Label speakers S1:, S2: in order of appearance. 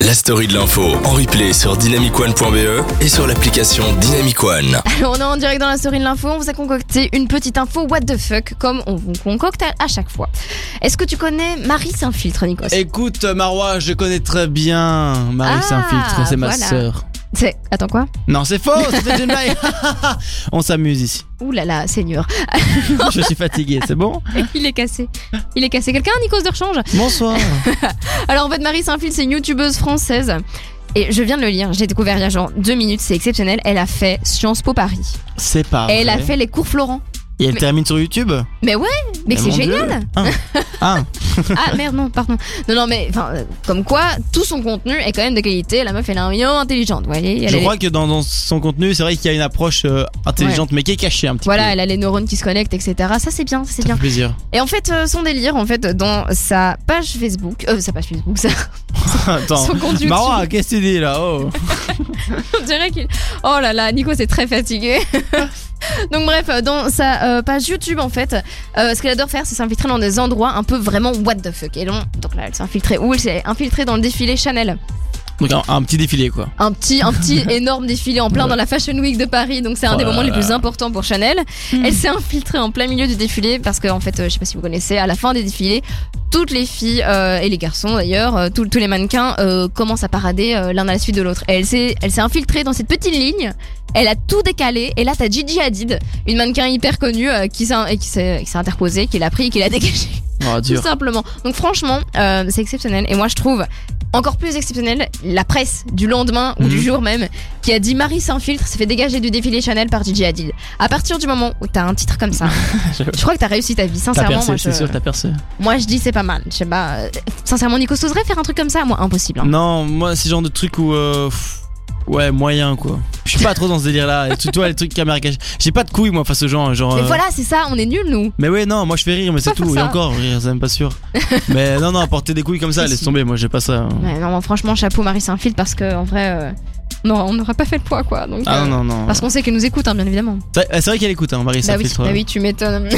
S1: la story de l'info en replay sur dynamicone.be E et sur l'application Dynamicone.
S2: Alors, on est en direct dans la story de l'info, on vous a concocté une petite info what the fuck, comme on vous concocte à- à chaque fois. Est-ce que tu connais Marie Saint-Filtre, Nikos
S3: Écoute, Marois, je connais très bien Marie
S2: Ah,
S3: Saint-Filtre, c'est ma
S2: voilà.
S3: sœur.
S2: C'est- Attends quoi
S3: Non, c'est faux, c'était une blague. On s'amuse ici.
S2: Ouh là là, Seigneur,
S3: Je suis fatigué, c'est bon
S2: il est cassé. Il est cassé. Quelqu'un, Nikos de rechange
S3: Bonsoir.
S2: Alors en fait, Marie Saint-Filtre, c'est une youtubeuse française. Et je viens de le lire, j'ai découvert il y a genre deux minutes, c'est exceptionnel. Elle a fait Sciences Po Paris.
S3: C'est pas
S2: elle a
S3: vrai.
S2: fait les cours Florent.
S3: Et elle
S2: Mais-
S3: termine sur YouTube
S2: Mais ouais, mais,
S3: Mais
S2: c'est
S3: mon Dieu.
S2: génial
S3: Ah,
S2: Ah merde, non, pardon. Non, non, mais enfin, euh, comme quoi, tout son contenu est quand même de qualité. La meuf, elle est un million intelligente, vous voyez. Elle
S3: je
S2: a les-
S3: crois que dans, dans son contenu, c'est vrai qu'il y a une approche euh, intelligente mais qui est cachée un petit
S2: Voilà,
S3: peu.
S2: elle a les neurones qui se connectent, etc. Ça, c'est bien, ça, c'est bien.
S3: fait plaisir.
S2: Et en fait, euh, son délire, en fait, dans sa page Facebook, euh, sa page Facebook, ça,
S3: Attends.
S2: son compte YouTube,
S3: Marois, qu'est-ce que tu dis là oh. hein.
S2: on dirait qu'il. Oh là là, Nico, c'est très fatigué. Donc bref, euh, dans sa euh, page YouTube en fait, euh, ce qu'elle adore faire, c'est s'infiltrer dans des endroits un peu vraiment what the fuck. Et donc, donc là, elle s'est infiltrée où Elle s'est infiltrée dans le défilé Chanel.
S3: Donc un, un petit défilé quoi.
S2: un petit, un petit énorme défilé en plein dans la Fashion Week de Paris. Donc c'est un
S3: Oh
S2: des
S3: là
S2: moments les
S3: là.
S2: plus importants pour Chanel. Elle s'est infiltrée en plein milieu du défilé parce que en fait, euh, je sais pas si vous connaissez, à la fin des défilés, toutes les filles euh, et les garçons d'ailleurs, euh, tous- tous les mannequins euh, commencent à parader euh, l'un à la suite de l'autre. Et elle s'est, elle s'est infiltrée dans cette petite ligne. Elle a tout décalé et là t'as Gigi Hadid, une mannequin hyper connue euh, qui s'est et qui s'est qui s'est interposée, qui l'a pris et qui l'a dégagée.
S3: Oh,
S2: Tout
S3: dur.
S2: simplement. Donc franchement, euh, c'est exceptionnel. Et moi, je trouve encore plus exceptionnel la presse du lendemain ou du
S3: Mhm.
S2: jour même qui a dit Marie Saint-Filtre s'est fait dégager du défilé Chanel par DJ Hadid. À partir du moment où t'as un titre comme ça, je crois que t'as réussi ta vie.
S3: T'as
S2: Sincèrement, moi,
S3: percé,
S2: je,
S3: c'est sûr, t'as percé.
S2: moi, je dis c'est pas mal. Je sais pas. euh, sincèrement, Nico, t'oserais faire un truc comme ça Moi, impossible. hein.
S3: Non, moi, c'est le genre de truc où. euh, pff, ouais, moyen quoi. Je suis pas trop dans ce délire là. Tu vois, les trucs caméra cachée. J'ai pas de couilles moi face aux gens. Genre,
S2: Mais
S3: euh,
S2: voilà, c'est ça. On est nuls, nous.
S3: Mais ouais, non, moi je fais rire, mais c'est
S2: Pas
S3: tout.
S2: faire
S3: Et
S2: ça.
S3: encore, rire, c'est même pas sûr. mais non, non, porter des couilles comme ça,
S2: Si,
S3: laisse
S2: si.
S3: tomber, moi j'ai pas ça. hein.
S2: Ouais, non, franchement, chapeau Marie Saint-Filtre parce que en vrai, euh, on aura- on n'aurait pas fait le poids, quoi. Donc,
S3: Ah
S2: euh,
S3: non, eh, non, non.
S2: Parce qu'on sait qu'elle nous écoute, hein, bien évidemment.
S3: C'est c'est vrai qu'elle écoute, hein, Marie,
S2: Bah
S3: ça
S2: oui,
S3: filtre.
S2: bah oui, tu m'étonnes.